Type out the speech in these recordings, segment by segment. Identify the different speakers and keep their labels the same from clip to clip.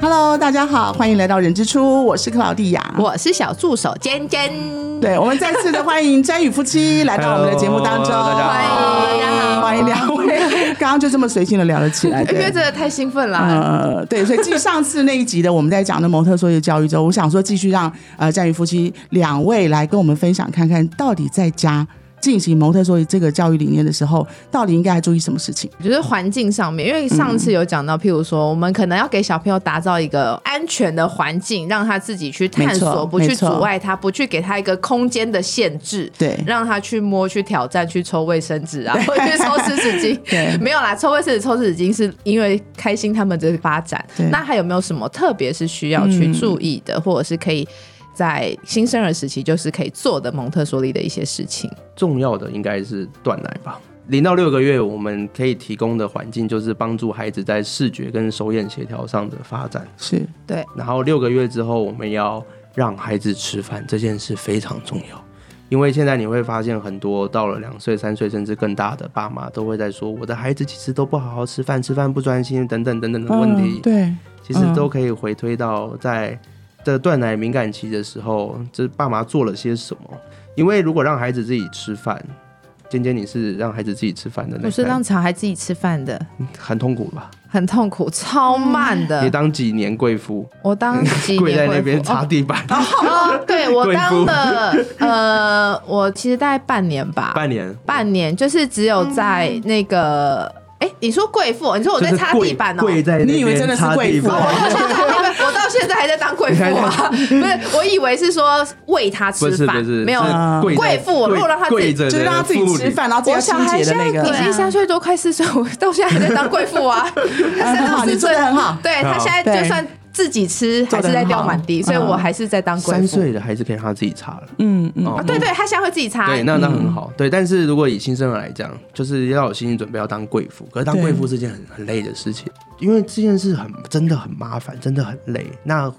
Speaker 1: Hello，大家好，欢迎来到人之初，我是克劳蒂亚。
Speaker 2: 我是小助手尖尖，
Speaker 1: 对，我们再次的欢迎詹宇夫妻来到我们的节目当中，
Speaker 3: Hello，大家好
Speaker 2: 欢迎大家好
Speaker 1: 欢迎两位，刚刚就这么随性的聊了起来，
Speaker 2: 哎 因为
Speaker 1: 对
Speaker 2: 真。的太兴奋了。
Speaker 1: 呃，对，所以继上次那一集的我们在讲的蒙特梭利教育之后，我想说继续让呃战宇夫妻两位来跟我们分享，看看到底在家进行蒙特梭利这个教育理念的时候，到底应该注意什么事情？
Speaker 2: 我觉得环境上面，因为上次有讲到，譬如说，我们可能要给小朋友打造一个安全的环境，让他自己去探
Speaker 1: 没错
Speaker 2: 索，不
Speaker 1: 没
Speaker 2: 去
Speaker 1: 错
Speaker 2: 阻碍他，不去给他一个空间的限制，
Speaker 1: 对
Speaker 2: 让他去摸、去挑战、去抽卫生 纸啊，或者去抽湿纸
Speaker 1: 对
Speaker 2: 巾。没有啦，抽卫生纸、抽湿纸巾是因为开心他们的发展
Speaker 1: 对。嗯
Speaker 2: 那还有没有什么特别是需要去注意的，或者是可以在新生儿时期就是可以做的蒙特梭利的一些事情？
Speaker 3: 重要的应该是断奶吧。零到六个月，我们可以提供的环境就是帮助孩子在视觉跟手眼协调上的发展。
Speaker 1: 是
Speaker 2: 对，
Speaker 3: 然后六个月之后，我们要让孩子吃饭，这件事非常重要。因为现在你会发现，很多到了两岁、三岁甚至更大的爸妈都会在说，我的孩子其实都不好好吃饭，吃饭不专心等等等等的问题。
Speaker 1: 嗯对，
Speaker 3: 其实
Speaker 2: 嗯
Speaker 3: 都可以回推到在这断奶敏感期的时候，这爸妈做了些什么？因为如果让孩子自己吃饭，尖尖你是让孩子自己吃饭的那
Speaker 2: 我是让
Speaker 3: 种，
Speaker 2: 小孩自己吃饭的，
Speaker 3: 很痛苦吧？
Speaker 2: 很痛苦，超慢的。
Speaker 3: 你当几年贵妇，
Speaker 2: 我当呃几年
Speaker 3: 跪在那
Speaker 2: 贵
Speaker 3: 边
Speaker 2: 妇
Speaker 3: 擦 地板，
Speaker 2: 哦，对我
Speaker 3: 贵妇
Speaker 2: 当了 呃，我其实大概半年吧，
Speaker 3: 半年，
Speaker 2: 半年就是只有在那个，哎、你说贵妇，你说我
Speaker 3: 就
Speaker 2: 在
Speaker 3: 是
Speaker 2: 擦
Speaker 3: 跪
Speaker 2: 地板哦、
Speaker 3: 跪在那边
Speaker 1: 你以为真的是贵妇啊
Speaker 3: 擦地板
Speaker 2: 我到现在还在当贵妇 啊！不是，我以为是说喂他
Speaker 3: 不
Speaker 2: 吃
Speaker 3: 是不
Speaker 2: 饭，
Speaker 3: 是，
Speaker 2: 没有
Speaker 3: 是。跪在
Speaker 2: 贵妇如果让她自己
Speaker 3: 跪着的
Speaker 1: 就是让他自己吃饭，然后自己
Speaker 2: 我
Speaker 1: 要
Speaker 2: 小
Speaker 1: 清
Speaker 2: 孩
Speaker 1: 洁的
Speaker 2: 现在
Speaker 1: 那
Speaker 2: 已
Speaker 1: 个。
Speaker 2: 经三岁多，快四岁，我到现在还在当贵 妇啊！
Speaker 1: 很好你做得很好
Speaker 2: 对他
Speaker 3: 好
Speaker 2: 现在就算自己吃，还是在掉满地，
Speaker 1: 做
Speaker 2: 所
Speaker 1: 得
Speaker 2: 以
Speaker 1: 很好
Speaker 2: 我还是在当贵
Speaker 3: 三
Speaker 2: 妇。
Speaker 3: 岁的孩子可以让他自己擦了。
Speaker 1: 嗯嗯，
Speaker 3: 哦
Speaker 2: 啊，对对，他现在会自己擦。
Speaker 3: 对，那那很好。对，但是如果以新生儿来讲，就是要有心理准备要当贵妇，可是当贵妇是件很很累的事情，因为这件事很真的很麻烦，真的很累。那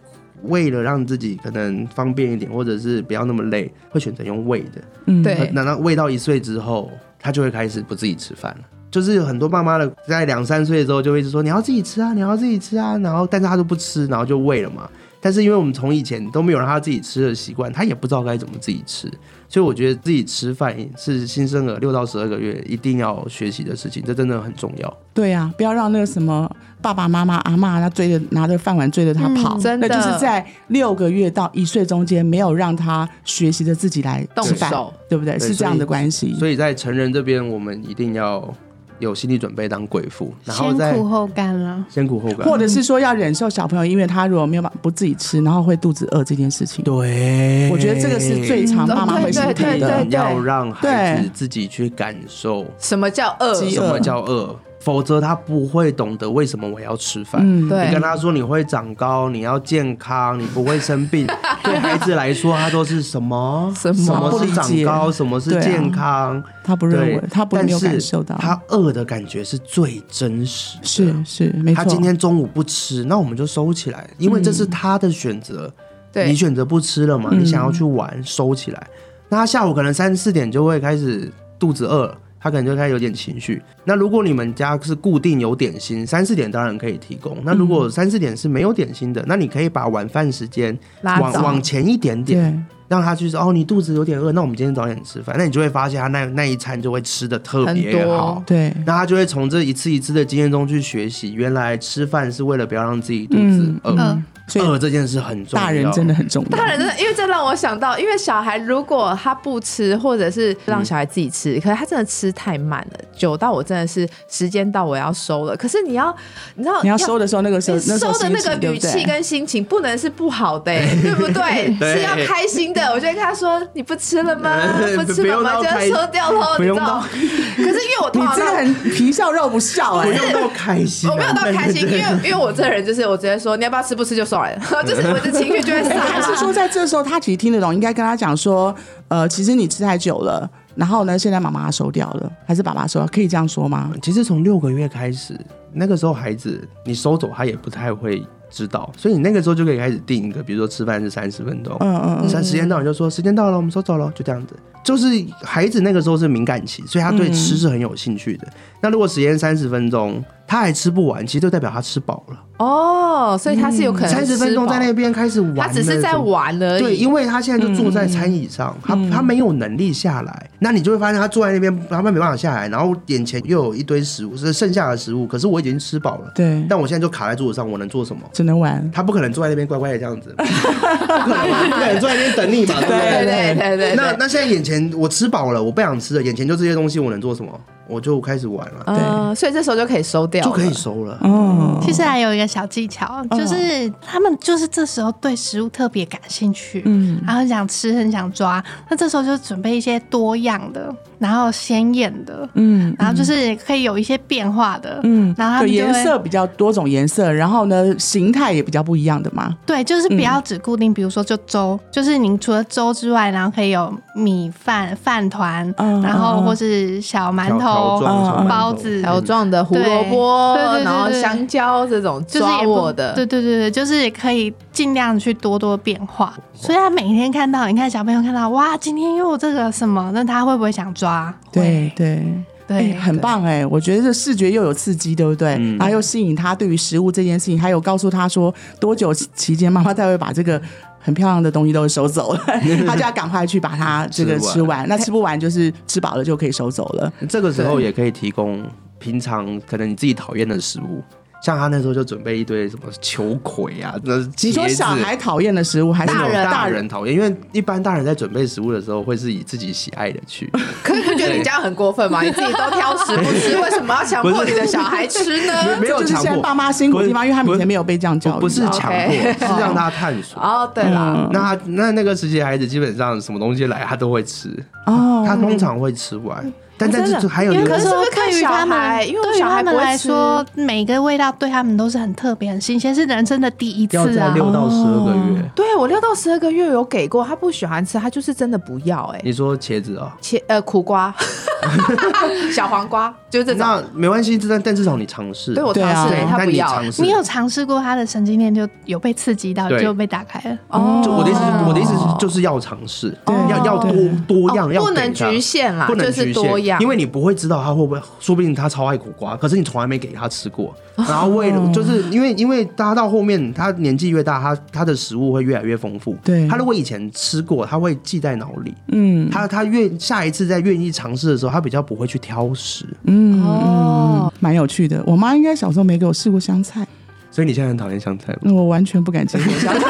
Speaker 3: 为了让自己可能方便一点，或者是不要那么累，会选择用喂的。
Speaker 1: 嗯
Speaker 2: 对
Speaker 3: 那那喂到一岁之后，他就会开始不自己吃饭了。就是有很多爸妈的在两三岁的时候就会一直说你要自己吃啊，你要自己吃啊，然后但是他都不吃，然后就喂了嘛。但是因为我们从以前都没有让他自己吃的习惯，他也不知道该怎么自己吃，所以我觉得自己吃饭是新生儿六到十二个月一定要学习的事情，这真的很重要。
Speaker 1: 对呀、啊，不要让那个什么爸爸妈妈、阿嬷他追着拿着饭碗追着他跑，
Speaker 2: 嗯真的
Speaker 1: 那就是在六个月到一岁中间没有让他学习着自己来
Speaker 2: 动
Speaker 1: 吃饭
Speaker 2: 手，
Speaker 1: 对不对？
Speaker 3: 对
Speaker 1: 是这样的关系。
Speaker 3: 所以在成人这边，我们一定要有心理准备当贵妇，然后
Speaker 4: 先
Speaker 3: 再
Speaker 4: 苦后甘了。
Speaker 3: 先苦后甘，
Speaker 1: 或者是说要忍受小朋友，因为他如果没有办不自己吃，然后会肚子饿这件事情，
Speaker 3: 对
Speaker 1: 我觉得这个是最常
Speaker 2: 嗯
Speaker 1: 妈妈会心
Speaker 2: 对
Speaker 1: 疼
Speaker 2: 对
Speaker 1: 的
Speaker 2: 对。
Speaker 3: 要让孩
Speaker 1: 对
Speaker 3: 子自己去感受
Speaker 2: 什么叫饿？
Speaker 1: 饥
Speaker 3: 什
Speaker 1: 饿
Speaker 3: 么叫饿，否则他不会懂得为什么我要吃饭。
Speaker 1: 嗯，
Speaker 3: 你
Speaker 2: 对
Speaker 3: 跟他说你会长高，你要健康，你不会 生病，对孩子来说，他都是什么？
Speaker 2: 什么
Speaker 3: 么是长高？什么是
Speaker 1: 对啊
Speaker 3: 健康？
Speaker 1: 他啊不认
Speaker 3: 对，
Speaker 1: 为，他不没有
Speaker 3: 但是
Speaker 1: 感受到，
Speaker 3: 他饿的感觉是最真实的。
Speaker 1: 是是没
Speaker 3: 他
Speaker 1: 错。嗯
Speaker 3: 今天中午不吃，那我们就收起来，因为这是他的选择。
Speaker 2: 对
Speaker 3: 你选择不吃了嘛？你想要去玩，收起来。那他下午可能三四点就会开始肚子饿了，他可能就开始有点情绪。那如果你们家是固定有点心，三四点当然可以提供。那如果三四点是没有点心的，那你可以把晚饭时间
Speaker 2: 拉
Speaker 3: 往
Speaker 2: 早
Speaker 3: 往前一点点，
Speaker 1: 对，
Speaker 3: 让他去说哦，你肚子有点饿，那我们今天早点吃饭。那你就会发现他那那一餐就会吃的特别
Speaker 2: 很多
Speaker 3: 好，
Speaker 1: 对，
Speaker 3: 那他就会从这一次一次的经验中去学习，原来吃饭是为了不要让自己肚子饿，
Speaker 4: 嗯
Speaker 1: 所以
Speaker 3: 饿这件事很重要。
Speaker 1: 大人真的很重要。
Speaker 2: 大人真的，因为这让我想到，因为小孩如果他不吃，或者
Speaker 3: 嗯
Speaker 2: 是让小孩自己吃，可是他真的吃太慢了，久到我真的是时间到我要收了。可是你要，你知道
Speaker 1: 你要收的时候，那个时候
Speaker 2: 你
Speaker 1: 那时
Speaker 2: 收
Speaker 1: 候
Speaker 2: 的
Speaker 1: 心
Speaker 2: 那
Speaker 1: 情
Speaker 2: 个
Speaker 1: 对
Speaker 2: 语
Speaker 1: 不对
Speaker 2: 气跟心情不能是不好 的、欸对不对？
Speaker 3: 对
Speaker 2: 是要开心的。我就会跟他说：“你不吃了 吗？
Speaker 3: 呃
Speaker 2: 不吃了吗？
Speaker 3: 不用到
Speaker 2: 就要
Speaker 3: 开心
Speaker 2: 收掉 喽。”
Speaker 3: 不
Speaker 2: 你知
Speaker 3: 用
Speaker 2: 道
Speaker 3: 到
Speaker 2: 吗？ 可是因为我通
Speaker 1: 你
Speaker 2: 常
Speaker 1: 真的
Speaker 2: 都
Speaker 1: 很皮笑肉不笑哎、
Speaker 3: 不用到开心啊、
Speaker 2: 我没有到开 心，因
Speaker 3: 对
Speaker 2: 为因为我这人就是我直接说你要不要吃不吃就算了， 就是我的情绪就会 上
Speaker 1: 还是
Speaker 2: 来。
Speaker 1: 说在这时候他其实听得懂，应该跟他讲说，呃，其实你吃太久了，然后呢，现在妈妈收掉了，还是爸爸收掉，可以这样说吗？
Speaker 3: 其实从六个月开始，那个时候孩子你收走他也不太会知道，所以你那个时候就可以开始定一个，比如说吃饭是三十分钟，
Speaker 1: 嗯嗯嗯，
Speaker 3: 三时间到你就说时间到了，我们收走了，就这样子。就是孩子那个时候是敏感期，所以他对吃是很有兴趣的。
Speaker 2: 嗯
Speaker 3: 那如果时间三十分钟，他还吃不完，其实就代表他吃饱了。
Speaker 2: 哦，所以他是有可能
Speaker 3: 嗯三十分钟
Speaker 2: 吃饱
Speaker 3: 在那边开始玩了，
Speaker 2: 他只是在
Speaker 3: 怎么
Speaker 2: 玩而已。
Speaker 3: 对，因为他现在就坐在餐椅上，他他没有能力下来，那你就会发现他坐在那边，他们没办法下来，然后眼前又有一堆食物是剩下的食物，可是我已经吃饱了，
Speaker 1: 对，
Speaker 3: 但我现在就卡在桌子上，我能做什么？
Speaker 1: 只能玩。
Speaker 3: 他不可能坐在那边乖乖的这样子，不可能，不可能坐在那边等你嘛，对不
Speaker 2: 对对
Speaker 3: 对？
Speaker 2: 对对，
Speaker 3: 那那现在眼前我吃饱了，我不想吃了，眼前就这些东西，我能做什么？我就开始玩了，
Speaker 2: 嗯，所以这时候就可以收掉了，
Speaker 3: 就可以收了。
Speaker 1: 哦，
Speaker 4: 其实还有一个小技巧，就是他们就是这时候对食物特别感兴趣，嗯，然后很想吃，很想抓，那这时候就准备一些多样的，然后鲜艳的，
Speaker 1: 嗯，
Speaker 4: 然后就是可以有一些变化的，
Speaker 1: 嗯，
Speaker 4: 然后他
Speaker 1: 对
Speaker 4: 们就
Speaker 1: 颜
Speaker 4: 会
Speaker 1: 色比较多种颜色，然后呢形态也比较不一样的嘛。
Speaker 4: 对，就是不要只固定，比如说就粥，
Speaker 1: 嗯
Speaker 4: 就是您除了粥之外，然后可以有米饭、饭团，
Speaker 1: 嗯
Speaker 4: 然
Speaker 1: 嗯
Speaker 4: 后
Speaker 1: 嗯
Speaker 4: 或是小馒
Speaker 3: 条条
Speaker 4: 头、嗯
Speaker 3: 状小馒头
Speaker 4: 包子，
Speaker 2: 条状的胡萝卜
Speaker 4: 对对对，对
Speaker 2: 然后香蕉这种
Speaker 4: 就是
Speaker 2: 抓
Speaker 4: 也不
Speaker 2: 我的，
Speaker 4: 对对对对，就是也可以尽量去多多变化。
Speaker 2: 嗯
Speaker 4: 所以他每天看到，你看小朋友看到，哇，今天又有这个什么，那他会不会想抓？
Speaker 1: 对对。
Speaker 4: 对，
Speaker 1: 很棒哎、我觉得这视觉又有刺激，对不对？
Speaker 3: 嗯
Speaker 1: 然后又吸引他对于食物这件事情，还有告诉他说多久期间妈妈才会把这个很漂亮的东西都收走 了，他就要赶快去把它这个
Speaker 3: 吃完
Speaker 1: 吃完。那吃不完就是吃饱了就可以收走了。
Speaker 3: 这个时候也可以提供平常可能你自己讨厌的食物，像他那时候就准备一堆什么球葵啊，那
Speaker 1: 你
Speaker 3: 茄
Speaker 1: 说
Speaker 3: 子。
Speaker 1: 小孩讨厌的食物还是
Speaker 3: 那种
Speaker 1: 大人
Speaker 3: 大人讨厌，因为一般大人在准备食物的时候，会是以自己喜爱的去。
Speaker 2: 可是你不觉得你这样很过分 吗？你自己都挑食不吃，为什么要强迫
Speaker 3: 不是
Speaker 2: 你的小孩吃呢？
Speaker 3: 没有
Speaker 1: 就是
Speaker 3: 强
Speaker 1: 现在
Speaker 3: 迫
Speaker 1: 爸妈辛苦的地方，
Speaker 3: 不是
Speaker 1: 因为他们以前没有被这样教育啊，
Speaker 3: 不是强迫，
Speaker 2: OK
Speaker 3: 是让他探索。
Speaker 2: 哦，对啦，
Speaker 1: 嗯
Speaker 3: 那他那那个时期的孩子基本上什么东西来他都会吃，
Speaker 1: 哦，
Speaker 3: 他通常会吃完。但
Speaker 2: 哦
Speaker 3: 但
Speaker 2: 真
Speaker 3: 是
Speaker 2: 的
Speaker 3: 还有
Speaker 4: 因
Speaker 3: 一
Speaker 4: 为
Speaker 2: 可
Speaker 3: 个
Speaker 4: 可
Speaker 2: 是
Speaker 4: 是
Speaker 2: 会看
Speaker 4: 对于
Speaker 2: 小
Speaker 4: 他
Speaker 2: 孩
Speaker 4: 们，
Speaker 2: 因为我
Speaker 4: 对于
Speaker 2: 小孩
Speaker 4: 他们
Speaker 2: 不会
Speaker 4: 来说，每个味道对他们都是很特别、很新鲜，是人生的第一
Speaker 3: 要
Speaker 4: 次
Speaker 3: 在
Speaker 4: 啊。
Speaker 3: 六到十二个月。
Speaker 2: 对我六到十二个月有给过，他不喜欢吃，他就是真的不要哎、
Speaker 3: 你说茄子啊、
Speaker 2: 切呃苦瓜、 小黄瓜，就是这种。
Speaker 3: 那没关系，但但至少你尝试。
Speaker 2: 对我
Speaker 1: 对啊
Speaker 2: 尝试
Speaker 3: 对
Speaker 2: 了，他
Speaker 3: 但
Speaker 2: 不
Speaker 3: 你
Speaker 2: 要。
Speaker 3: 尝试。
Speaker 4: 你有尝试过他的神经链就有被刺激到，
Speaker 3: 对
Speaker 4: 就被打开了。
Speaker 2: 哦
Speaker 3: 就我的意思是，我的意思是就是要尝试，
Speaker 1: 对
Speaker 3: 要要多
Speaker 1: 对
Speaker 3: 多样，要
Speaker 2: 哦不能
Speaker 3: 给他
Speaker 2: 局限啦
Speaker 3: 不能
Speaker 2: 就是
Speaker 3: 局限
Speaker 2: 多样
Speaker 3: 因为你 不会知道他会不会，说不定他超爱苦瓜，可是你从来没给他吃过。
Speaker 2: 哦
Speaker 3: 然后为了，就是因为因为他到后面，他年纪越大，他他的食物会越来越丰富。
Speaker 1: 对
Speaker 3: 他如果以前吃过，他会记在脑里。
Speaker 1: 嗯
Speaker 3: 他他愿下一次再愿意尝试的时候，他比较不会去挑食。
Speaker 1: 嗯
Speaker 2: 哦
Speaker 1: 嗯，蛮有趣的。我妈应该小时候没给我试过香菜，
Speaker 3: 所以你现在很讨厌香菜吗？
Speaker 1: 那我完全不敢接受香菜。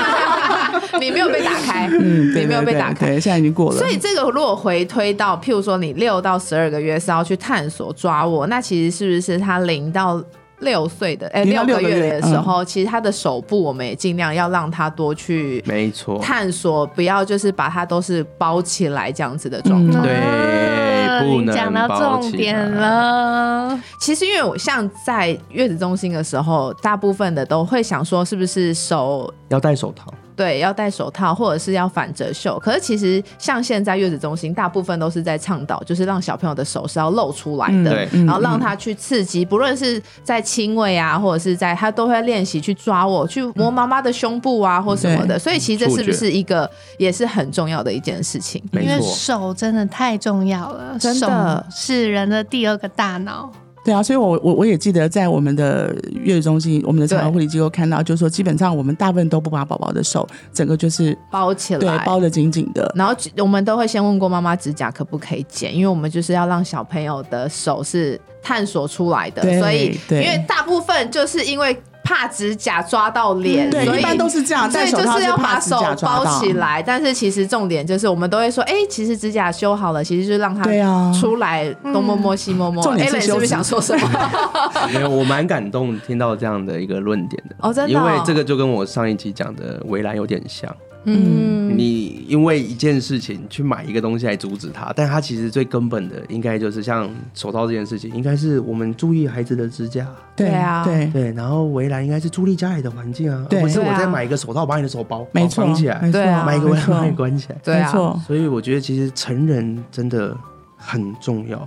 Speaker 2: 你没有被打开，
Speaker 1: 嗯，对
Speaker 2: 你没有被打开
Speaker 1: 对对。对现在已经过了。
Speaker 2: 所以这个如果回推到，譬如说你六到十二个月是要去探索抓握，那其实是不是他零到六岁的哎
Speaker 1: 零到
Speaker 2: 六
Speaker 1: 六
Speaker 2: 个
Speaker 1: 个月嗯
Speaker 2: 月的时候，其实他的手部我们也尽量要让他多去
Speaker 3: 没错，
Speaker 2: 探索，不要就是把它都是包起来这样子的状态。
Speaker 1: 嗯
Speaker 3: 对
Speaker 4: 啊
Speaker 3: 不能
Speaker 4: 你讲到
Speaker 3: 包
Speaker 4: 重
Speaker 3: 起
Speaker 4: 点
Speaker 3: 来
Speaker 4: 了。
Speaker 2: 其实因为我像在月子中心的时候，大部分的都会想说是不是手
Speaker 3: 要戴手套。
Speaker 2: 对，要戴手套或者是要反折袖。可是其实像现在月子中心，大部分都是在倡导，就是让小朋友的手是要露出来
Speaker 1: 嗯
Speaker 2: 的，
Speaker 3: 对
Speaker 2: 嗯然后让他去刺激，不论是在亲喂啊，或者是在他都会练习去抓我，去摸妈妈的胸部啊，或什么的。所以其实这
Speaker 3: 触
Speaker 2: 是不
Speaker 3: 觉
Speaker 2: 是一个也是很重要的一件事情？
Speaker 3: 没
Speaker 4: 因为
Speaker 3: 错
Speaker 4: 手真的太重要了，
Speaker 2: 真的
Speaker 4: 手是人的第二个大脑。
Speaker 1: 对啊，所以我我我也记得在我们的月子中心，我们的产后护理机构看到，就是说基本上我们大部分都不把宝宝的手整个就是
Speaker 2: 包起
Speaker 1: 对
Speaker 2: 来。
Speaker 1: 包的紧紧的。
Speaker 2: 然后我们都会先问过妈妈指甲可不可以剪，因为我们就是要让小朋友的手是探索出来的，
Speaker 1: 对
Speaker 2: 所以因
Speaker 1: 对
Speaker 2: 为大部分就是因为怕指甲抓到脸，所
Speaker 1: 嗯对，
Speaker 2: 以
Speaker 1: 一般都是这样，
Speaker 2: 所
Speaker 1: 戴
Speaker 2: 以
Speaker 1: 手
Speaker 2: 就
Speaker 1: 套
Speaker 2: 是要
Speaker 1: 怕
Speaker 2: 把
Speaker 1: 指
Speaker 2: 手
Speaker 1: 甲抓
Speaker 2: 包
Speaker 1: 到
Speaker 2: 起。来，但是其实重点就是我们都会说，哎、其实指甲修好了，其实就是让它
Speaker 1: 对啊嗯
Speaker 2: 出来东摸摸西摸摸。
Speaker 1: 重点是
Speaker 2: Alan 是
Speaker 1: 修
Speaker 2: 不是
Speaker 1: 指
Speaker 2: 想说什 么？
Speaker 3: 没有，我蛮感动听到这样的一个论点的
Speaker 2: 哦真的
Speaker 3: 因
Speaker 2: 哦
Speaker 3: 为这个就跟我上一集讲的围栏有点像。
Speaker 2: 嗯，
Speaker 3: 你因为一件事情去买一个东西来阻止它，但它其实最根本的应该就是像手套这件事情，应该是我们注意孩子的指甲，
Speaker 1: 对
Speaker 2: 对啊
Speaker 1: 对，
Speaker 3: 对，然后围栏应该是助力家里的环境啊，
Speaker 1: 对
Speaker 3: 而不是
Speaker 2: 对
Speaker 3: 我
Speaker 2: 啊
Speaker 3: 再买一个手套把你的手包
Speaker 1: 没
Speaker 3: 绑
Speaker 1: 错，
Speaker 3: 绑起
Speaker 1: 没
Speaker 3: 来，
Speaker 1: 错
Speaker 2: 对啊
Speaker 3: 买一个围
Speaker 1: 没
Speaker 3: 栏把你
Speaker 1: 错，
Speaker 3: 关起来。
Speaker 2: 对
Speaker 1: 没
Speaker 2: 啊，
Speaker 1: 错，
Speaker 3: 所以我觉得其实成人真的很重要。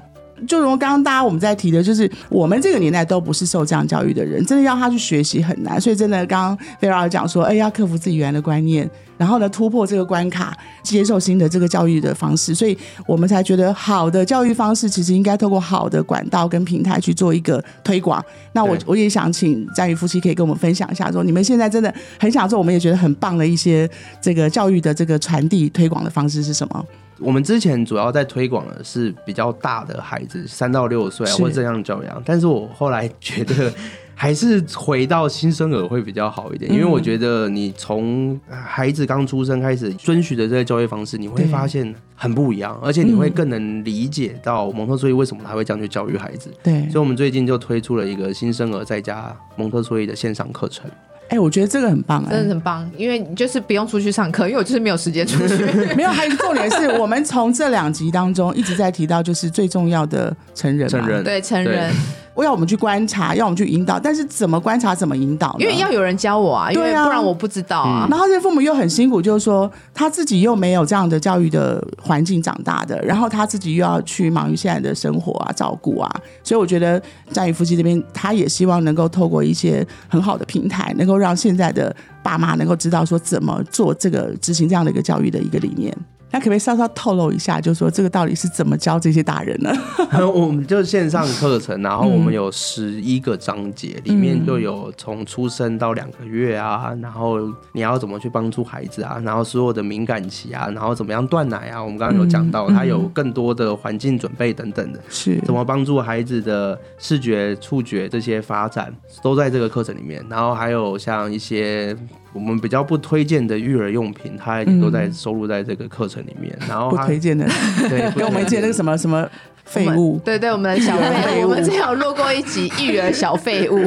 Speaker 1: 就如刚刚大家我们在提的，就是我们这个年代都不是受这样教育的人，真的要他去学习很难。所以真的，刚刚菲拉讲说，哎，要克服自己原来的观念，然后呢，突破这个关卡，接受新的这个教育的方式。所以我们才觉得好的教育方式，其实应该透过好的管道跟平台去做一个推广。那我
Speaker 3: 对
Speaker 1: 我也想请战宇夫妻可以跟我们分享一下说，你们现在真的很想做，我们也觉得很棒的一些这个教育的这个传递推广的方式是什么？
Speaker 3: 我们之前主要在推广的是比较大的孩子，三到六岁啊，
Speaker 1: 是
Speaker 3: 或者这样教养。但是我后来觉得。还是回到新生儿会比较好一点，因为我觉得你从孩子刚出生开始遵循的这个教育方式，你会
Speaker 1: 对
Speaker 3: 发现很不一样，而且你会更能理解到蒙特梭利为什么他会这样去教育孩子。
Speaker 1: 对
Speaker 3: 所以，我们最近就推出了一个新生儿在家蒙特梭利的线上课程。
Speaker 1: 哎，我觉得这个很棒、哎
Speaker 2: 真的很棒，因为你就是不用出去上课，因为我就是没有时间出去。
Speaker 1: 没有，还有一个重点是我们从这两集当中一直在提到，就是最重要的成人嘛，
Speaker 3: 成人
Speaker 2: 对成人，
Speaker 1: 我要我们去观察，要我们去引导，但是怎么观察，怎么引导呢？
Speaker 2: 因为要有人教我啊，因为
Speaker 1: 对啊
Speaker 2: 不然我不知道啊。
Speaker 1: 然后这父母又很辛苦，就是说他自己又没有这样的教育的环境长大的，然后他自己又要去忙于现在的生活啊、照顾啊，所以我觉得在宇夫妻这边，他也希望能够透过一些很好的平台，能够让现在的爸妈能够知道说怎么做这个执行这样的一个教育的一个理念。那可不可以稍稍透露一下，就是说这个到底是怎么教这些大人呢？
Speaker 3: 我们就线上课程，然后我
Speaker 1: 嗯
Speaker 3: 们有十一个章节，里面就有从出生到两个月啊，然后你要怎么去帮助孩子啊，然后所有的敏感期啊，然后怎么样断奶啊，我们刚刚有讲
Speaker 1: 嗯
Speaker 3: 到，它有更多的环境准备等等的，
Speaker 1: 是
Speaker 3: 怎么帮助孩子的视觉、触觉这些发展都在这个课程里面，然后还有像一些。我们比较不推荐的育儿用品，它也都在收录在这个课程里面。然后
Speaker 1: 嗯不
Speaker 3: 它
Speaker 1: 推荐的，
Speaker 3: 对，不
Speaker 1: 给我们一些那个
Speaker 3: 么。
Speaker 1: 什么什么废
Speaker 2: 我
Speaker 1: 物
Speaker 2: 们，对对，我们 的小
Speaker 1: 废
Speaker 2: 废
Speaker 1: 物
Speaker 2: 物，我们之前有录过一集育儿小废物，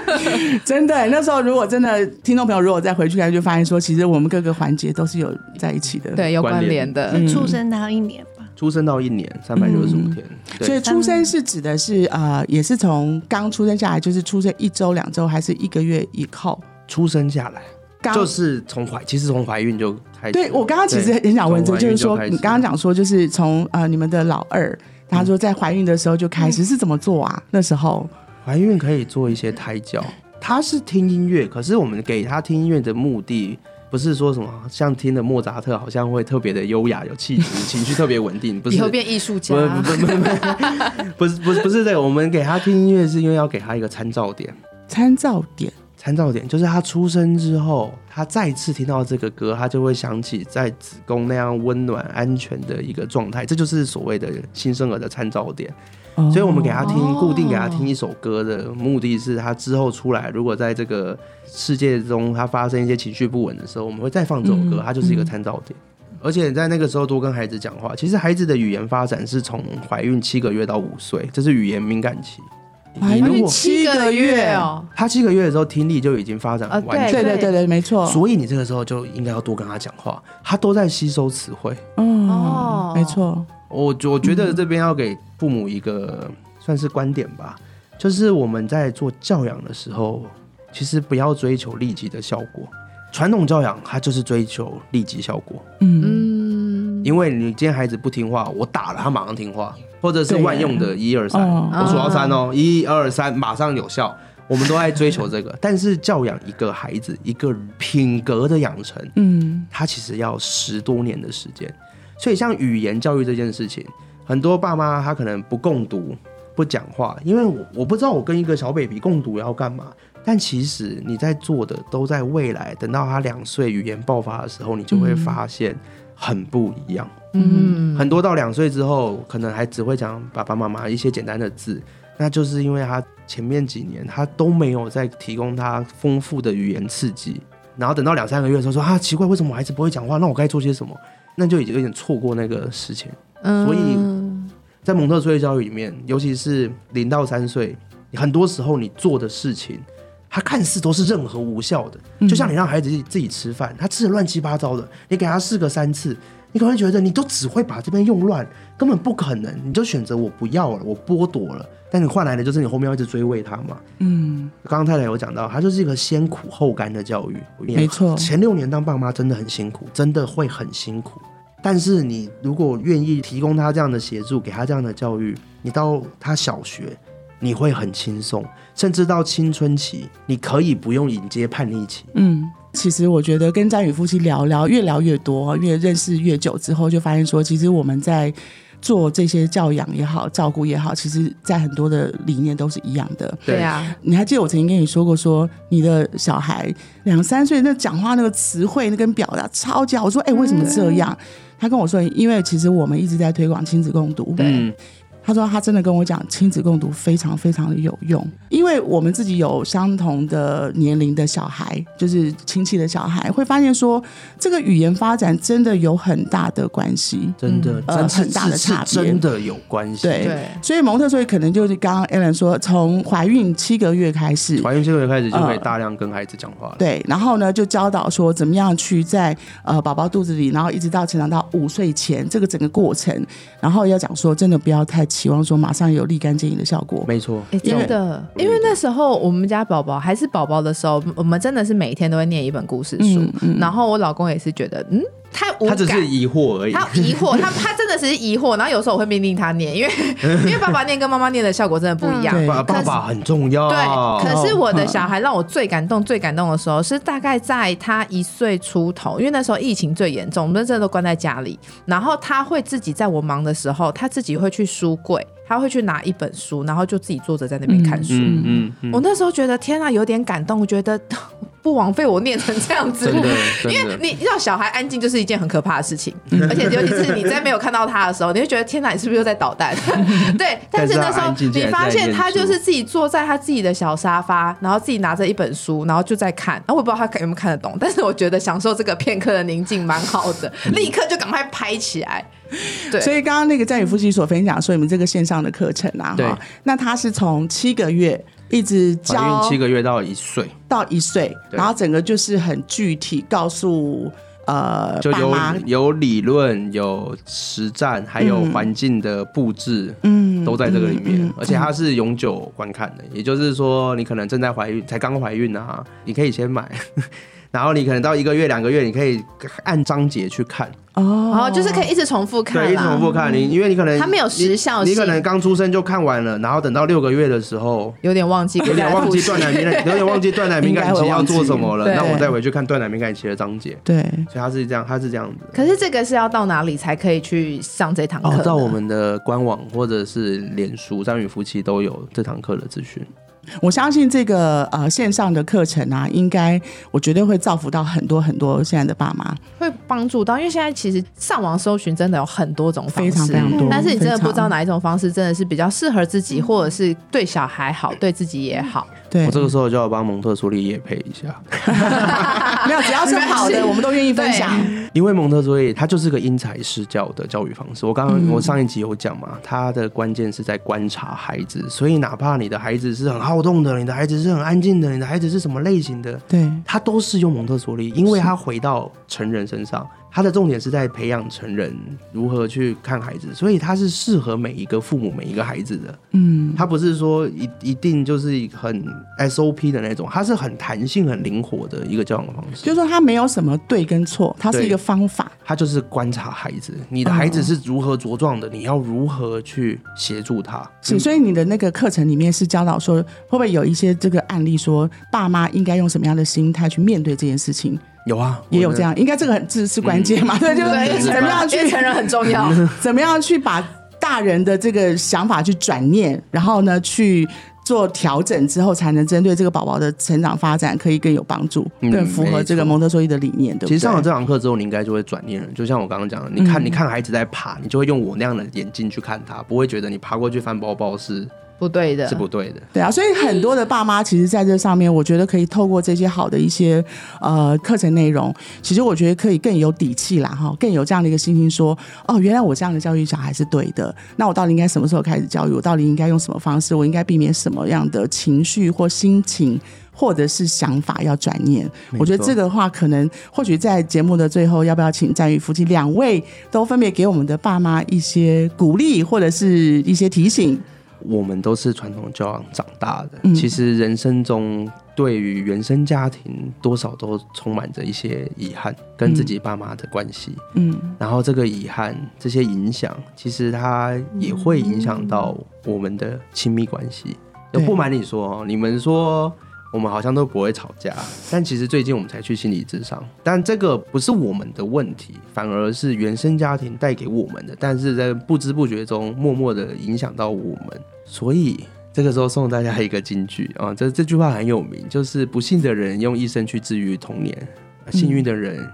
Speaker 1: 真的，那时候如果真的听众朋友如果再回去看，就发现说，其实我们各个环节都是有在一起的。，
Speaker 2: 对，有关
Speaker 3: 关联
Speaker 2: 联的。
Speaker 1: 嗯
Speaker 4: 呃出生到一年吧，
Speaker 3: 出生到一年三百六十五天，对
Speaker 1: 所以出生是指的是呃，也是从刚出生下来，就是出生一周、两周，还是一个月以后？
Speaker 3: 出生下来
Speaker 1: 刚
Speaker 3: 就是从怀，其实从怀孕就开始。
Speaker 1: 对我刚刚其实
Speaker 3: 对
Speaker 1: 很想问这个，
Speaker 3: 从怀
Speaker 1: 就
Speaker 3: 孕
Speaker 1: 是
Speaker 3: 就
Speaker 1: 说
Speaker 3: 开始
Speaker 1: 你刚刚讲说，就是从呃你们的老二，他说在怀孕的时候就开始是怎么做啊？那时候
Speaker 3: 怀孕可以做一些胎 教，他是听音乐，可是我们给他听音乐的目的。不是说什么像听的莫扎特，好像会特别的优雅、有气质，情绪特别稳定。不是
Speaker 2: 以后变艺术家
Speaker 3: 不，不不不不不是不是不是这个，我们给他听音乐是因为要给他一个参照点。
Speaker 1: 参照点
Speaker 3: 参照点就是他出生之后，他再次听到这个歌，他就会想起在子宫那样温暖、安全的一个状态，这就是所谓的新生儿的参照点。
Speaker 1: 哦
Speaker 3: 嗯所以我们给他听，
Speaker 2: 哦
Speaker 3: 固定给他听一首歌的目的是，他之后出来，如果在这个世界中他发生一些情绪不稳的时候，我们会再放这首
Speaker 1: 嗯
Speaker 3: 歌，它就是一个参照点。而且在那个时候多跟孩子讲话，其实孩子的语言发展是从怀孕七个月到五岁，这是语言敏感期。
Speaker 1: 怀
Speaker 3: 你如
Speaker 1: 孕
Speaker 3: 果
Speaker 1: 七个月，
Speaker 2: 哦，
Speaker 3: 他七个月的时候听力就已经发展
Speaker 2: 啊
Speaker 3: 完
Speaker 2: 对
Speaker 1: 哦对对对对，没错，
Speaker 3: 所以你这个时候就应该要多跟他讲话，他都在吸收词汇。
Speaker 1: 嗯
Speaker 2: 哦，
Speaker 1: 没错，
Speaker 3: 我我觉
Speaker 1: 嗯
Speaker 3: 得这边要给父母一个算是观点吧，就是我们在做教养的时候，其实不要追求立即的效果。传统教养它就是追求立即效果，
Speaker 1: 嗯，
Speaker 2: 嗯，
Speaker 3: 因为你今天孩子不听话，我打了他马上听话，或者是
Speaker 1: 对
Speaker 3: 万用的一二三，
Speaker 1: 哦
Speaker 3: 我数到三哦，一二三马上有效。我们都在追 求这个，但是教养一个孩子一个品格的养成，
Speaker 1: 嗯，
Speaker 3: 它其实要十多年的时间。所以像语言教育这件事情，很多爸妈他可能不共读、不讲话，因为我我不知道我跟一个小 baby 共读要干嘛。但其实你在做的都在未来，等到他两岁语言爆发的时候，你就会发现很不一样。
Speaker 2: 嗯，
Speaker 3: 很多到两岁之后，可能还只会讲爸爸妈妈一些简单的字，那就是因为他前面几年他都没有在提供他丰富的语言刺激，然后等到两三个月的时候说啊奇怪，为什么我孩子不会讲话？那我该做些什么？那就已经有点错过那个事情。所以
Speaker 2: 嗯
Speaker 3: 在蒙特梭利教育里面，尤其是零到三岁，很多时候你做的事情，它看似都是任何无效的。就像你让孩子自己吃饭，他吃的乱七八糟的，你给他试个三次，你可能会觉得你都只会把这边用乱，根本不可能，你就选择我不要了，我剥夺了。但你换来的就是你后面要一直追喂他嘛。嗯，刚刚太太有讲到，他就是一个先苦后甘的教育，
Speaker 1: 没错
Speaker 3: 前六年当爸妈真的很辛苦，真的会很辛苦。但是你如果愿意提供他这样的协助，给他这样的教育，你到他小学，你会很轻松，甚至到青春期，你可以不用迎接叛逆期。
Speaker 1: 嗯，其实我觉得跟詹宇夫妻聊聊，越聊越多，越认识越久之后，就发现说，其实我们在做这些教养也好，照顾也好，其实在很多的理念都是一样的。
Speaker 2: 对啊，
Speaker 1: 你还记得我曾经跟你说过说，你的小孩两三岁那讲话那个词汇那跟表达超级好，我说哎、为什么这样？他跟我说，因为其实我们一直在推广亲子共读。
Speaker 3: 嗯，
Speaker 1: 他说他真的跟我讲，亲子共读非常非常的有用，因为我们自己有相同的年龄的小孩，就是亲戚的小孩，会发现说这个语言发展真的有很大的关系。
Speaker 3: 真的，
Speaker 1: 呃
Speaker 3: 真是
Speaker 1: 很大的
Speaker 3: 是
Speaker 1: 差别
Speaker 3: 真的有关系。
Speaker 1: 对
Speaker 2: 对
Speaker 1: 所以蒙特梭利可能就是刚刚 Alan 说，从怀孕七个月开始，
Speaker 3: 怀孕这个月开始就可以大量跟孩子讲话了。
Speaker 1: 对，然后呢就教导说怎么样去在呃宝宝肚子里，然后一直到成长到五岁前这个整个过程，然后要讲说真的不要太期望说马上有立竿见影的效果。
Speaker 3: 没错，
Speaker 2: 哎、
Speaker 1: 因为
Speaker 2: 真的，因为那时候我们家宝宝还是宝宝的时候，我们真的是每天都会念一本故事书。
Speaker 1: 嗯嗯
Speaker 2: 然后我老公也是觉得，嗯，太无
Speaker 3: 他只是
Speaker 2: 感。
Speaker 3: 疑惑而已。
Speaker 2: 他疑惑，他他真的只是疑惑，然后有时候我会命令他念，因为因为爸爸念跟妈妈念的效果真的不一样。
Speaker 1: 嗯对
Speaker 3: 爸爸爸很重要。
Speaker 2: 对，可是我的小孩让我最感动、最感动的时候是大概在他一岁出头，因为那时候疫情最严重，我们真的都关在家里。然后他会自己在我忙的时候，他自己会去书柜，他会去拿一本书，然后就自己坐着在那边看书。
Speaker 3: 嗯嗯 嗯，
Speaker 2: 我那时候觉得天啊，有点感动，觉得 不枉费我念成这样子。
Speaker 3: 真的真
Speaker 2: 因为
Speaker 3: 的，
Speaker 2: 你让小孩安静就是一件很可怕的事 情，而且尤其是你在没有看到他的时候，你会觉得天哪，你是不是又在捣蛋？ 对，但是那时候
Speaker 3: 但是他安静竟
Speaker 2: 你
Speaker 3: 然
Speaker 2: 发
Speaker 3: 在
Speaker 2: 现
Speaker 3: 念
Speaker 2: 他
Speaker 3: 书
Speaker 2: 就是自己坐在他自己的小沙发，然后自己拿着一本书，然后就在看。然后我不知道他有没有看得懂，但是我觉得享受这个片刻的宁静蛮好 的，
Speaker 3: 嗯
Speaker 2: 立刻就赶快拍起来。对，
Speaker 1: 所以刚刚那个战宇夫妻所分享说，你们这个线上的课程啊，
Speaker 3: 对
Speaker 1: 哈，那他是从七个月一直
Speaker 3: 怀
Speaker 1: 教
Speaker 3: 孕七个月到一岁，
Speaker 1: 到一岁，
Speaker 3: 对
Speaker 1: 然后整个就是很具体告诉呃
Speaker 3: 就
Speaker 1: 爸
Speaker 3: 有
Speaker 1: 妈，
Speaker 3: 有理论、有实战，还有
Speaker 2: 嗯
Speaker 3: 环境的布置，嗯，都在这个里面。而且
Speaker 2: 嗯
Speaker 3: 它是永久观看的，也就是说，你可能正在怀孕，才刚怀孕啊，你可以先买。 然后你可能到一个月、两个月，你可以按章节去看，
Speaker 1: 哦，
Speaker 2: 然后就是可以一直重复看
Speaker 3: 对，一直重
Speaker 2: 啦，嗯
Speaker 3: 复看。你因为你可能
Speaker 2: 它没有时效
Speaker 3: 你，
Speaker 2: 性
Speaker 3: 你可能刚出生就看完了，然后等到六个月的 时候，
Speaker 2: 有点忘记，
Speaker 3: 有点忘记断奶敏感，有点忘记断奶敏感期要做什么了。
Speaker 2: 应该会忘
Speaker 3: 那
Speaker 2: 记
Speaker 3: 我再回去看断奶敏感期的章节。
Speaker 1: 对，
Speaker 3: 所以它是这样，它是这样子的。
Speaker 2: 可是这个是要到哪里才可以去上这堂课
Speaker 3: 哦
Speaker 2: 呢？，
Speaker 3: 到我们的官网或者是脸书“张宇夫妻”都有这堂课的资讯。
Speaker 1: 我相信这个呃线上的课程啊，应该我绝对会造福到很多很多现在的爸妈，
Speaker 2: 会帮助到，因为现在其实上网搜寻真的有很多种方式，
Speaker 1: 非常非常多。
Speaker 2: 但是你真的不知道
Speaker 1: 非常
Speaker 2: 哪一种方式真的是比较适合自己，或者是对小孩好，对自己也好。
Speaker 1: 对
Speaker 3: 我，这个时候就要帮蒙特梭利也配一下，
Speaker 1: 没有只要是好的，我们都愿意分享。
Speaker 3: 因为蒙特梭利它就是个因材施教的教育方式。我刚刚我上一集有讲嘛，它的关键是在观察孩子，所以哪怕你的孩子是很好动的，你的孩子是很安静的，你的孩子是什么类型的，
Speaker 1: 对，
Speaker 3: 他都是用蒙特梭利，因为他回到成人身上，他的重点是在培养成人如何去看孩子，所以他是适合每一个父母、每一个孩子的。嗯，他不是说一一定就是很 SOP 的那种，他是很弹性、很灵活的一个教养方
Speaker 1: 就
Speaker 3: 式
Speaker 1: 是。说他没有什么对跟错，它是
Speaker 3: 对
Speaker 1: 一个方法。
Speaker 3: 他就是观察孩子，你的
Speaker 1: 哦
Speaker 3: 孩子是如何茁壮的，你要如何去协助他。
Speaker 1: 是，所以你的那个课程里面是教导说，会不会有一些这个案例说，爸妈应该用什么样的心态去面对这件事情？
Speaker 3: 有啊，
Speaker 1: 也有
Speaker 3: 我的嗯
Speaker 1: 这样，应该这个很这是关键嘛？嗯对，就是怎么样
Speaker 2: 因为
Speaker 1: 去
Speaker 2: 成人很重 要。
Speaker 1: 怎么样去把大人的这个想法去转念，然后呢去做调整之后，才能针对这个宝宝的成长发展可以更有帮助，
Speaker 3: 嗯
Speaker 1: 更符合这个
Speaker 3: 没错
Speaker 1: 蒙特梭利的理念，对不对？
Speaker 3: 其实上了这堂课之后，你应该就会转念了。就像我刚刚讲的，你看，你看孩子在爬，你就会用我那样的眼睛去看他，不会觉得你爬过去翻包包是
Speaker 2: 不对的，
Speaker 3: 是不对的。
Speaker 1: 对啊，所以很多的爸妈其实在这上面，我觉得可以透过这些好的一些呃课程内容，其实我觉得可以更有底气啦，哈，更有这样的一个信心说，哦，原来我这样的教育小孩是对的，那我到底应该什么时候开始教育？我到底应该用什么方式？我应该避免什么样的情绪或心情？或者是想法要转念，我觉得这个的话，可能或许在节目的最后，要不要请战宇夫妻两位都分别给我们的爸妈一些鼓励，或者是一些提醒？
Speaker 3: 我们都是传统教养长大的，
Speaker 1: 嗯
Speaker 3: 其实人生中对于原生家庭多少都充满着一些遗憾，跟自己爸妈的关系。
Speaker 1: 嗯
Speaker 3: 然后这个遗憾、这些影响，其实它也会影响到我们的亲密关系。
Speaker 1: 对
Speaker 3: 不瞒你说哦，你们说我们好像都不会吵架，但其实最近我们才去心理智商，但这个不是我们的问题，反而是原生家庭带给我们的，但是在不知不觉中默默的影响到我们，所以。这个时候送大家一个金句啊、这这句话很有名，就是不幸的人用一生去治愈童年，啊幸运的人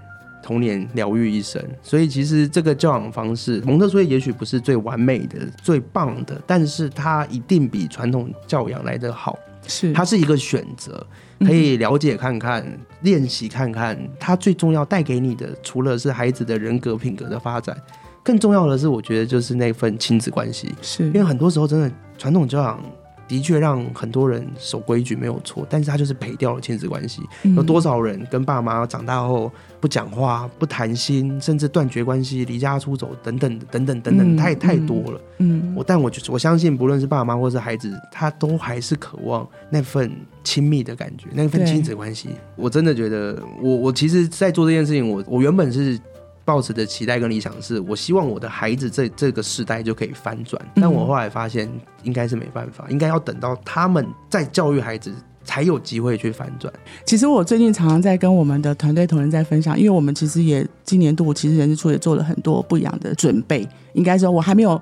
Speaker 3: 童年疗愈一生，所以其实这个教养方式，蒙特梭利也许不是最完美的、最棒的，但是它一定比传统教养来得好。
Speaker 1: 是
Speaker 3: 它是一个选择，可以了解看看、练习看看。它最重要带给你的，除了是孩子的人格品格的发展，更重要的是，我觉得就是那份亲子关系。
Speaker 1: 是
Speaker 3: 因为很多时候真的传统教养的确让很多人守规矩没有错，但是他就是赔掉了亲子关系。
Speaker 1: 嗯
Speaker 3: 有多少人跟爸妈长大后不讲话、不谈心，甚至断绝关系、离家出走等等等等等
Speaker 1: 嗯
Speaker 3: 等，太太
Speaker 1: 嗯
Speaker 3: 多了。
Speaker 1: 嗯
Speaker 3: 我但我就我相信，不论是爸妈或是孩子，他都还是渴望那份亲密的感觉，那份
Speaker 1: 对
Speaker 3: 亲子关系。我真的觉得，我我其实，在做这件事情，我我原本是抱持的期待跟理想是，我希望我的孩子这这个世代就可以翻转，
Speaker 1: 嗯
Speaker 3: 但我后来发现，应该是没办法，应该要等到他们再教育孩子，才有机会去翻转。
Speaker 1: 其实我最近常常在跟我们的团队同仁在分享，因为我们其实也今年度其实人事处也做了很多不一样的准备，应该说我还没有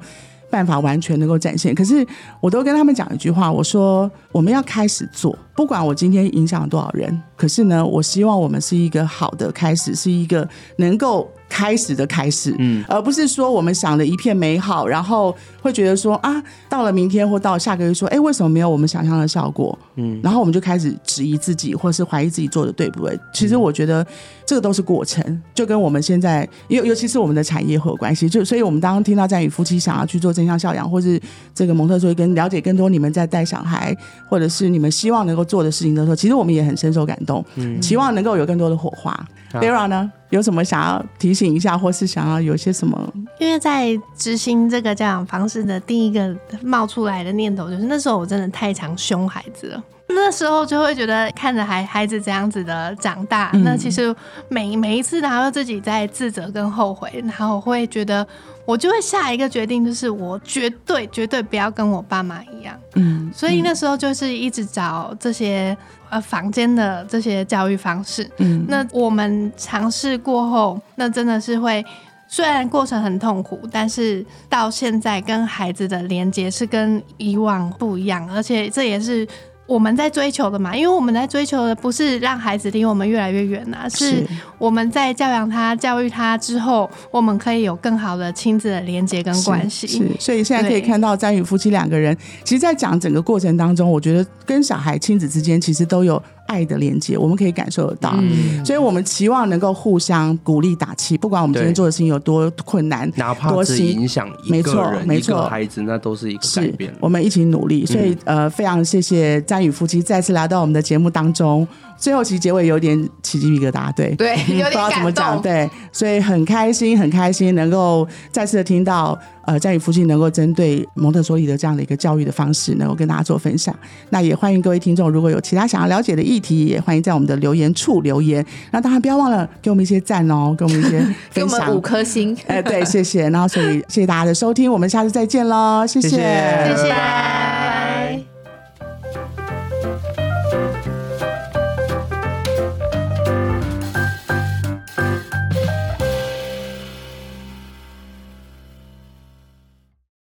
Speaker 1: 办法完全能够展现，可是我都跟他们讲一句话，我说我们要开始做，不管我今天影响多少人，可是呢，我希望我们是一个好的开始，是一个能够。开始的开始，嗯，而不是说我们想的一片美好，然后会觉得说啊，到了明天或到下个月说，哎，为什么没有我们想象的效果？然后我们就开始质疑自己，或是怀疑自己做的对不对。其实我觉得这个都是过程，就跟我们现在尤尤其是我们的产业会有关系。就所以，我们当听到战宇夫妻想要去做正向教养，或是这个蒙特梭利跟了解更多你们在带小孩，或者是你们希望能够做的事情的时候，其实我们也很深受感动，期望能够有更多的火花。Vera 呢，有什么想要提醒一下，或是想要有些什么？
Speaker 4: 因为在执行这个教养方式的第一个冒出来的念头，就是那时候我真的太常凶孩子了。那时候就会觉得看着孩孩子这样子的长大，
Speaker 1: 嗯
Speaker 4: 那其实每每一次，然后自己在自责跟后悔，然后我会觉得，我就会下一个决定，就是我绝对绝对不要跟我爸妈一样。
Speaker 1: 嗯，
Speaker 4: 所以那时候就是一直找这些呃房间的这些教育方式。
Speaker 1: 嗯
Speaker 4: 那我们尝试过后，那真的是会。虽然过程很痛苦，但是到现在跟孩子的连接是跟以往不一样，而且这也是我们在追求的嘛。因为我们在追求的不是让孩子离我们越来越远啊，是我们在教养他、教育他之后，我们可以有更好的亲子的连接跟关系。
Speaker 1: 是，所以现在可以
Speaker 4: 对
Speaker 1: 看到詹宇夫妻两个人，其实，在讲整个过程当中，我觉得跟小孩亲子之间其实都有爱的连接，我们可以感受得到。
Speaker 3: 嗯，
Speaker 1: 所以我们期望能够互相鼓励打气，不管我们今天
Speaker 3: 对
Speaker 1: 做的事情有多困难，
Speaker 3: 哪怕
Speaker 1: 多
Speaker 3: 只
Speaker 1: 辛
Speaker 3: 影响一
Speaker 1: 没
Speaker 3: 个
Speaker 1: 错
Speaker 3: 人、
Speaker 1: 没
Speaker 3: 一个
Speaker 1: 错
Speaker 3: 孩子，那都是一个改
Speaker 1: 是
Speaker 3: 变。嗯
Speaker 1: 我们一起努力。所以、呃，非常谢谢詹宇夫妻再次来到我们的节目当中。最后其实结尾有点起鸡皮疙瘩，对。
Speaker 2: 对， 有
Speaker 1: 不知道
Speaker 2: 点
Speaker 1: 怎么
Speaker 2: 感
Speaker 1: 讲，
Speaker 2: 动。
Speaker 1: 对，所以很开心，很开心能够再次的听到，呃，在宇附近能够针对蒙特梭利的这样的一个教育的方式，能够跟大家做分享。那也欢迎各位听众，如果有其他想要了解的议题，也欢迎在我们的留言处留言。那当然不要忘了给我们一些赞哦，给我们一些
Speaker 2: 给
Speaker 1: 分
Speaker 2: 我们
Speaker 1: 享呃
Speaker 2: 五。颗星，
Speaker 1: 哎、对，谢谢。然后所以谢谢大家的收听，我们下次再见喽，谢
Speaker 3: 谢谢
Speaker 4: 谢
Speaker 3: 拜
Speaker 4: 谢。
Speaker 3: 拜